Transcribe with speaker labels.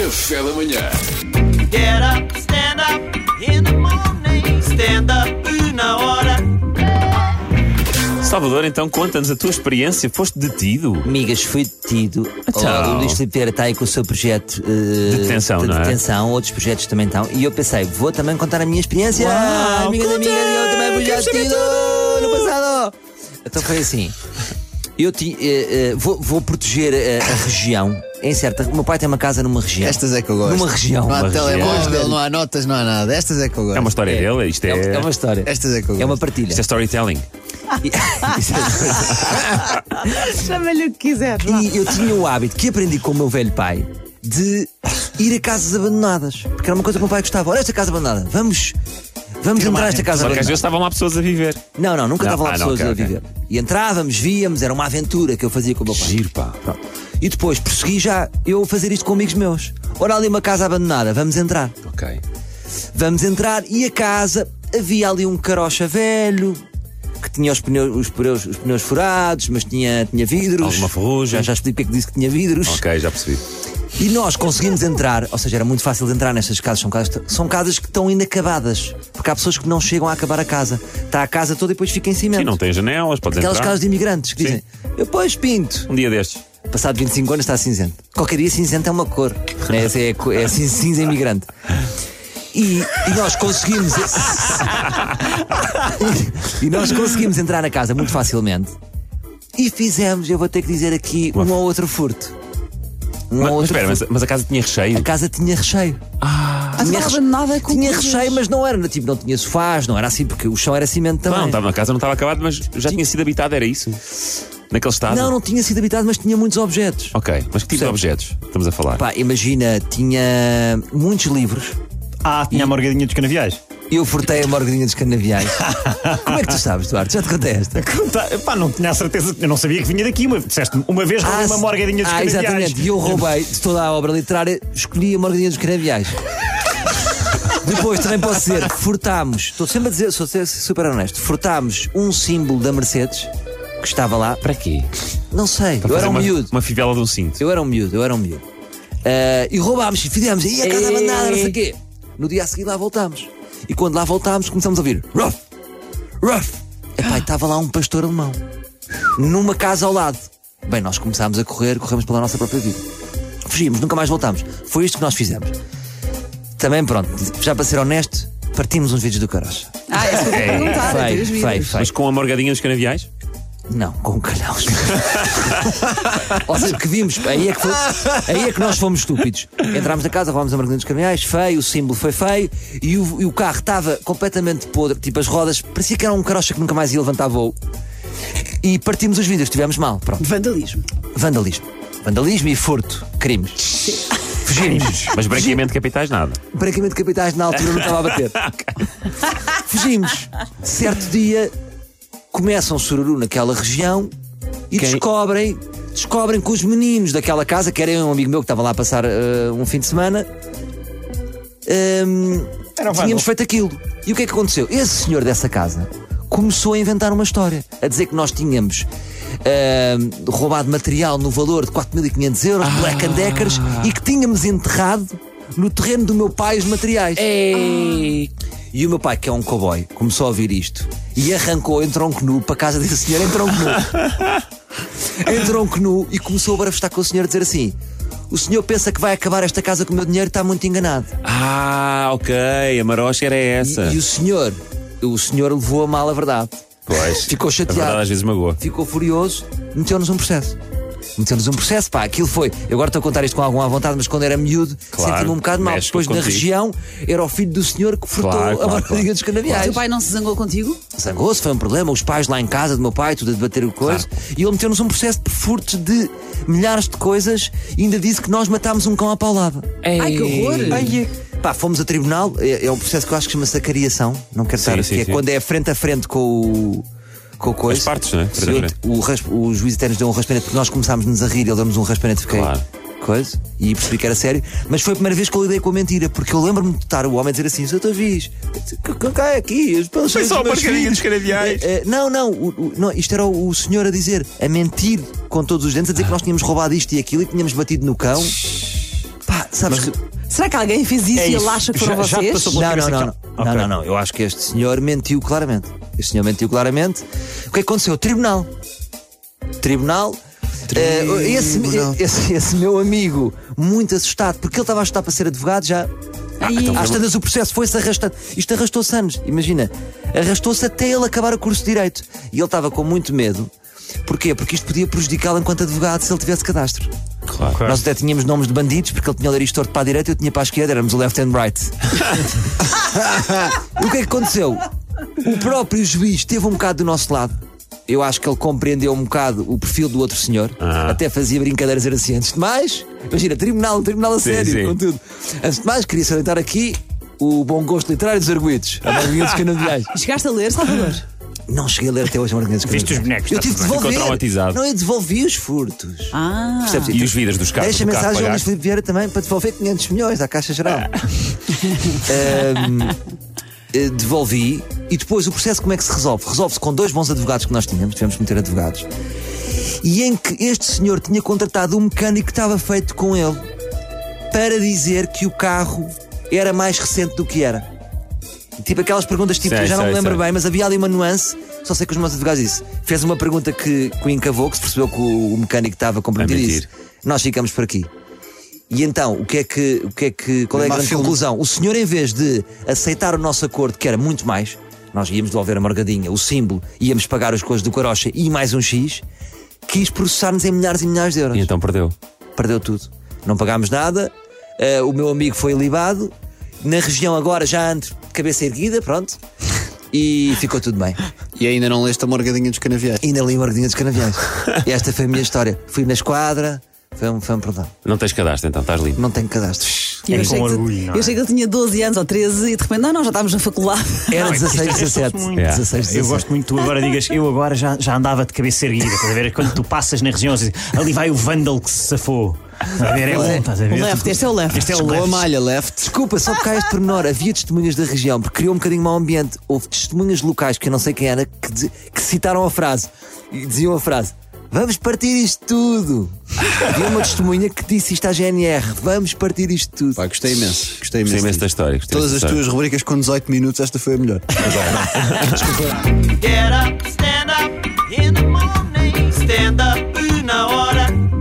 Speaker 1: Café da manhã.
Speaker 2: Get up, stand up in the morning. Stand up na hora.
Speaker 3: Salvador, então conta-nos a tua experiência. Foste detido?
Speaker 4: Amigas, fui detido.
Speaker 3: Então.
Speaker 4: O Luís Filipe Vieira está aí com o seu projeto eh,
Speaker 3: De detenção,
Speaker 4: de
Speaker 3: não é?
Speaker 4: detenção, outros projetos também estão. E eu pensei, vou também contar a minha experiência.
Speaker 3: Uau,
Speaker 4: amigas,
Speaker 3: conta!
Speaker 4: amigas, eu também fui já
Speaker 3: Quero saber
Speaker 4: detido no passado. Então foi assim. Eu ti- eh, eh, vou, vou proteger eh, a, região. Em certa, o meu pai tem uma casa numa região.
Speaker 5: Estas é que eu gosto.
Speaker 4: Numa região.
Speaker 5: Não há
Speaker 3: Uma
Speaker 5: telemóvel,
Speaker 4: região.
Speaker 5: não há notas, não há nada. Estas é que eu gosto.
Speaker 3: É uma história dele? Isto é,
Speaker 4: É, uma história.
Speaker 5: Estas é que eu gosto.
Speaker 4: É uma partilha.
Speaker 3: isto é storytelling.
Speaker 6: Chama-lhe o que quiseres. vá.
Speaker 4: E eu tinha o hábito que aprendi com o meu velho pai de ir a casas abandonadas. Porque era uma coisa que o meu pai gostava. Olha esta casa abandonada, vamos. Vamos entrar nesta casa
Speaker 3: Só que às vezes estavam lá
Speaker 4: abandonada.
Speaker 3: pessoas a viver.
Speaker 4: Não, não, nunca
Speaker 3: Não,
Speaker 4: estavam lá
Speaker 3: ah, não,
Speaker 4: pessoas
Speaker 3: ok,
Speaker 4: a
Speaker 3: ok.
Speaker 4: viver. E entrávamos, víamos, era uma aventura que eu fazia com o meu pai.
Speaker 3: Giro, pá.
Speaker 4: Pronto. E depois prossegui já eu a fazer isto com amigos meus. Olha ali uma casa abandonada, vamos entrar.
Speaker 3: Ok.
Speaker 4: Vamos entrar e a casa havia ali um carocha velho que tinha os pneus, os pneus, os pneus furados, mas tinha, tinha vidros.
Speaker 3: Alguma ferrugem.
Speaker 4: Já, já expliquei que disse que tinha vidros.
Speaker 3: Ok, já percebi.
Speaker 4: E nós conseguimos entrar, ou seja, era muito fácil de entrar nestas casas. São casas, são casas que estão inacabadas, porque há pessoas que não chegam a acabar a casa. Está a casa toda e depois fica em cimento.
Speaker 3: Sim, não tem janelas, podes
Speaker 4: Aquelas
Speaker 3: entrar.
Speaker 4: casas de imigrantes que
Speaker 3: Sim.
Speaker 4: dizem: Eu depois pinto.
Speaker 3: Um dia destes.
Speaker 4: Passado 25 anos está cinzento. Qualquer dia cinzento é uma cor. né? Essa É, a co- é, cin- cinza imigrante. E, e nós conseguimos. e, e nós conseguimos entrar na casa muito facilmente. E fizemos, eu vou ter que dizer aqui, um ou outro furto.
Speaker 3: mas,
Speaker 4: Um ou
Speaker 3: mas
Speaker 4: outro
Speaker 3: espera,
Speaker 4: furto.
Speaker 3: mas, mas a casa tinha recheio.
Speaker 4: A casa tinha recheio.
Speaker 6: Ah, estava abandonada com
Speaker 4: Tinha
Speaker 6: coisas.
Speaker 4: recheio, mas não era, tipo, não tinha sofás, não era assim, porque o chão era cimento
Speaker 3: Não,
Speaker 4: também.
Speaker 3: estava, a casa não estava acabada, mas já tinha sido habitada, era isso? Naquele estado?
Speaker 4: não, não tinha sido habitado, mas tinha muitos objetos.
Speaker 3: Ok, mas que tipo de
Speaker 4: Percebes?
Speaker 3: objetos estamos a falar?
Speaker 4: Pá, imagina, tinha muitos livros.
Speaker 7: Ah, tinha a morgadinha dos canaviais.
Speaker 4: Eu furtei a morgadinha dos canaviais. Como é que tu sabes, Duarte? Já te contei esta.
Speaker 7: Conta- Pá, não tinha a certeza, eu não sabia que vinha daqui. Uma, disseste uma vez roubei uma
Speaker 4: se-
Speaker 7: morgadinha dos
Speaker 4: ah
Speaker 7: canaviais.
Speaker 4: exatamente. E eu roubei de toda a obra literária, escolhi a morgadinha dos canaviais. Depois também posso dizer, furtámos, estou sempre a dizer, sou a ser super honesto, furtámos um símbolo da Mercedes que estava lá.
Speaker 3: Para quê?
Speaker 4: Não sei,
Speaker 3: Para fazer
Speaker 4: eu era um
Speaker 3: uma,
Speaker 4: miúdo.
Speaker 3: Uma fivela de um cinto.
Speaker 4: Eu era um miúdo, eu era um miúdo. Ah, e roubámos, e fizemos, e a casa
Speaker 3: Ei.
Speaker 4: é abandonada, não sei o quê. No dia a seguir lá voltámos. E quando lá voltámos, começamos a ouvir Ruff! Ruff! Epá, e estava lá um pastor alemão, numa casa ao lado. Bem, nós começámos a correr, corremos pela nossa própria vida. Fugimos, nunca mais voltámos. Foi isto que nós fizemos. Também, pronto, já para ser honesto, partimos uns vídeos do carocha.
Speaker 6: Ah, é isso que eu ia perguntar. a
Speaker 4: Feio,
Speaker 6: teus
Speaker 4: feio,
Speaker 6: vídeos.
Speaker 4: feio.
Speaker 3: Mas com a morgadinha dos canaviais?
Speaker 4: Não, com um calhau. Ou seja, que vimos, aí é que, foi- aí é que nós fomos estúpidos. Entramos na casa, roubámos a Margarida dos Carmeais, feio, o símbolo foi feio e o, e o carro estava completamente podre, tipo as rodas, parecia que era um carocha que nunca mais ia levantar voo. E partimos os vidros, estivemos mal, pronto.
Speaker 6: Vandalismo.
Speaker 4: Vandalismo. Vandalismo e furto, crimes. Fugimos.
Speaker 3: Mas branqueamento de capitais, nada.
Speaker 4: Branqueamento de capitais na altura não estava a bater. Fugimos. Certo dia começam um sururu naquela região e
Speaker 3: Quem-
Speaker 4: descobrem descobrem que os meninos daquela casa, que era um amigo meu que estava lá a passar eh, um fim de semana, ehm,
Speaker 7: Era um vândalo.
Speaker 4: tínhamos feito aquilo. E o que é que aconteceu? Esse senhor dessa casa começou a inventar uma história, a dizer que nós tínhamos. ehm, roubado material no valor de 4.500 euros, Black and Deckers, e que tínhamos enterrado no terreno do meu pai os materiais. E o meu pai, que é um cowboy, começou a ouvir isto e arrancou em tronco nu para a casa desse senhor em tronco nu. em tronco nu e começou a barafestar com o senhor a dizer assim: O senhor pensa que vai acabar esta casa com o meu dinheiro e está muito enganado.
Speaker 3: Ah, ok, a marocha era essa.
Speaker 4: E, e o senhor, o senhor levou a mal a verdade.
Speaker 3: Pois.
Speaker 4: Ficou
Speaker 3: A verdade às
Speaker 4: chateado,
Speaker 3: vezes magoa.
Speaker 4: ficou furioso, meteu-nos um processo. Meteu-nos um processo, pá, aquilo foi. Eu agora estou a contar isto com alguma vontade, mas quando era miúdo,
Speaker 3: Claro,
Speaker 4: senti-me um bocado mal.
Speaker 3: mexe
Speaker 4: Depois, na
Speaker 3: contigo.
Speaker 4: região, era o filho do senhor que furtou
Speaker 3: Claro,
Speaker 4: a
Speaker 3: claro,
Speaker 4: barriga
Speaker 3: claro.
Speaker 4: dos canaviais.
Speaker 6: O teu pai não se zangou contigo?
Speaker 4: Zangou-se, foi um problema. Os pais lá em casa do meu pai, tudo a debater o coisa. E ele meteu-nos um processo de furtos de milhares de coisas e ainda disse que nós matámos um cão à paulada.
Speaker 6: Ai, que horror!
Speaker 4: Pá, fomos a tribunal, é, é um processo que eu acho que chama-se acariação, não quero
Speaker 3: Sim,
Speaker 4: estar,
Speaker 3: sim,
Speaker 4: que é
Speaker 3: sim.
Speaker 4: quando é frente a frente com o. Com o coisa.
Speaker 3: As partes, não é? Frente a
Speaker 4: Sim,
Speaker 3: frente.
Speaker 4: O, ras- o juiz até nos deu um raspanete porque nós começámos-nos a rir, ele deu-nos um raspanete, fiquei.
Speaker 3: Claro.
Speaker 4: Coisa, e percebi que era sério, mas foi a primeira vez que eu lidei com a mentira, porque eu lembro-me de estar o homem a dizer assim: Seu Tavis, cai é aqui, os pelos
Speaker 3: Foi só
Speaker 4: dos meus
Speaker 3: a porcaria dos
Speaker 4: filhos."
Speaker 3: canaviais.
Speaker 4: Eh, eh, não, não, o- o- não, isto era o, o senhor a dizer,
Speaker 3: Ah.
Speaker 4: a mentir com todos os dentes, a dizer que nós tínhamos roubado isto e aquilo e que tínhamos batido no cão. Pá, Pá, sabes que.
Speaker 6: Será que alguém fez isso e
Speaker 7: É
Speaker 6: ele
Speaker 7: isso.
Speaker 6: acha que foram
Speaker 7: Já- já te
Speaker 6: vocês?
Speaker 7: passou pela-
Speaker 4: Não, não,
Speaker 7: cabeça
Speaker 4: não, não.
Speaker 7: que-
Speaker 4: Não,
Speaker 7: Ok.
Speaker 4: não, não. Eu acho que este senhor mentiu claramente. Este senhor mentiu claramente. O que é que aconteceu? Tribunal. Tribunal. Eh, esse,
Speaker 5: Tribunal.
Speaker 4: esse- esse meu amigo, muito assustado, porque ele estava a estudar para ser advogado já.
Speaker 6: Ah, então
Speaker 4: Às
Speaker 6: foi-
Speaker 4: tantas o processo foi-se arrastando. Isto arrastou-se anos, imagina. Arrastou-se até ele acabar o curso de Direito. E ele estava com muito medo. Porquê? Porque isto podia prejudicá-lo enquanto advogado se ele tivesse cadastro.
Speaker 3: Claro.
Speaker 4: Nós até tínhamos nomes de bandidos, porque ele tinha o nariz torto para a direita e eu tinha para a esquerda, éramos o left and right. o que é que aconteceu? O próprio juiz esteve um bocado do nosso lado. Eu acho que ele compreendeu um bocado o perfil do outro senhor,
Speaker 3: Ah.
Speaker 4: até fazia brincadeiras era assim. Antes de mais, imagina, tribunal, tribunal a sério,
Speaker 3: sim.
Speaker 4: com tudo. Antes de mais, queria salientar aqui o bom gosto literário dos arguidos. A Margarida dos Canaviais.
Speaker 6: Chegaste a ler, Salvador?
Speaker 7: É
Speaker 4: Não cheguei a ler até hoje a Margarida dos
Speaker 7: Viste os
Speaker 4: Canaviais.
Speaker 7: bonecos,
Speaker 4: Eu
Speaker 7: está
Speaker 4: tive de
Speaker 7: tudo bem.
Speaker 3: tá Ficou
Speaker 4: devolver.
Speaker 3: traumatizado.
Speaker 4: Não, eu devolvi os furtos.
Speaker 6: Ah,
Speaker 4: Percebes?
Speaker 3: E os vidas dos carros.
Speaker 4: Deixa
Speaker 3: do carro
Speaker 4: mensagem ao
Speaker 3: palhaço.
Speaker 4: Luís Filipe Vieira também para devolver 500 milhões à Caixa Geral. Ahm, eh, devolvi e depois o processo como é que se resolve? Resolve-se com dois bons advogados que nós tínhamos, tivemos que meter advogados, e em que este senhor tinha contratado um mecânico que estava feito com ele para dizer que o carro era mais recente do que era. Tipo aquelas perguntas tipo,
Speaker 3: Sei,
Speaker 4: eu já não
Speaker 3: sei,
Speaker 4: me lembro
Speaker 3: sei.
Speaker 4: bem, mas havia ali uma nuance, só sei que os meus advogados disse. Fez uma pergunta que, que o encavou, que se percebeu que o, o mecânico estava comprometido
Speaker 3: A
Speaker 4: e disse:
Speaker 3: mentir.
Speaker 4: Nós ficamos por aqui. E então, o que é que, o que, é que qual é a
Speaker 5: Mesmo a
Speaker 4: grande
Speaker 5: filme.
Speaker 4: conclusão? O senhor, em vez de aceitar o nosso acordo, que era muito mais, nós íamos devolver a morgadinha, o símbolo, íamos pagar as coisas do Carocha e mais um X, quis processar-nos em milhares e milhares de euros
Speaker 3: E então perdeu.
Speaker 4: perdeu tudo. Não pagámos nada, eh, o meu amigo foi libado, na região agora já ando de cabeça erguida, pronto, e ficou tudo bem.
Speaker 5: E ainda não leste a morgadinha dos canaviais.
Speaker 4: Ainda li uma ordinha dos canaviais. E esta foi a minha história. Fui na esquadra, foi um, foi um perdão.
Speaker 3: Não tens cadastro, então, estás limpo.
Speaker 4: Não tenho cadastro.
Speaker 6: E eu
Speaker 7: É
Speaker 6: achei,
Speaker 7: com
Speaker 6: que,
Speaker 7: orgulho, não
Speaker 6: eu
Speaker 7: é?
Speaker 6: achei que ele tinha 12 anos ou 13 e de repente, não, não, já estávamos na faculdade.
Speaker 4: Era
Speaker 7: Não, é que
Speaker 4: 16,
Speaker 7: isto- isto
Speaker 4: 17.
Speaker 7: assustou-me muito.
Speaker 4: 16, 17.
Speaker 7: Eu gosto muito, tu agora digas, eu agora já, já andava de cabeça erguida, estás a ver? É Quando tu passas nas regiões, ali vai o vândalo que se safou. Estás a ver? É bom, estás a
Speaker 6: O
Speaker 7: ver?
Speaker 6: left, este é o left.
Speaker 7: Este é o
Speaker 5: Chegou a
Speaker 7: left.
Speaker 5: malha left.
Speaker 4: Desculpa, só porque há este pormenor. Havia testemunhas da região, porque criou um bocadinho mau ambiente. Houve testemunhas locais, que eu não sei quem era, que, diz- que citaram a frase. E diziam a frase: Vamos partir isto tudo. Havia uma testemunha que disse isto à GNR: Vamos partir isto tudo.
Speaker 5: Pá, gostei imenso. Gostei imenso.
Speaker 3: Gostei imenso da
Speaker 5: disto.
Speaker 3: história. gostei
Speaker 5: Todas
Speaker 3: imenso
Speaker 5: as
Speaker 3: da história.
Speaker 5: tuas rubricas com 18 minutos, esta foi a melhor.
Speaker 2: Get up, stand up in the morning. Stand up una hora.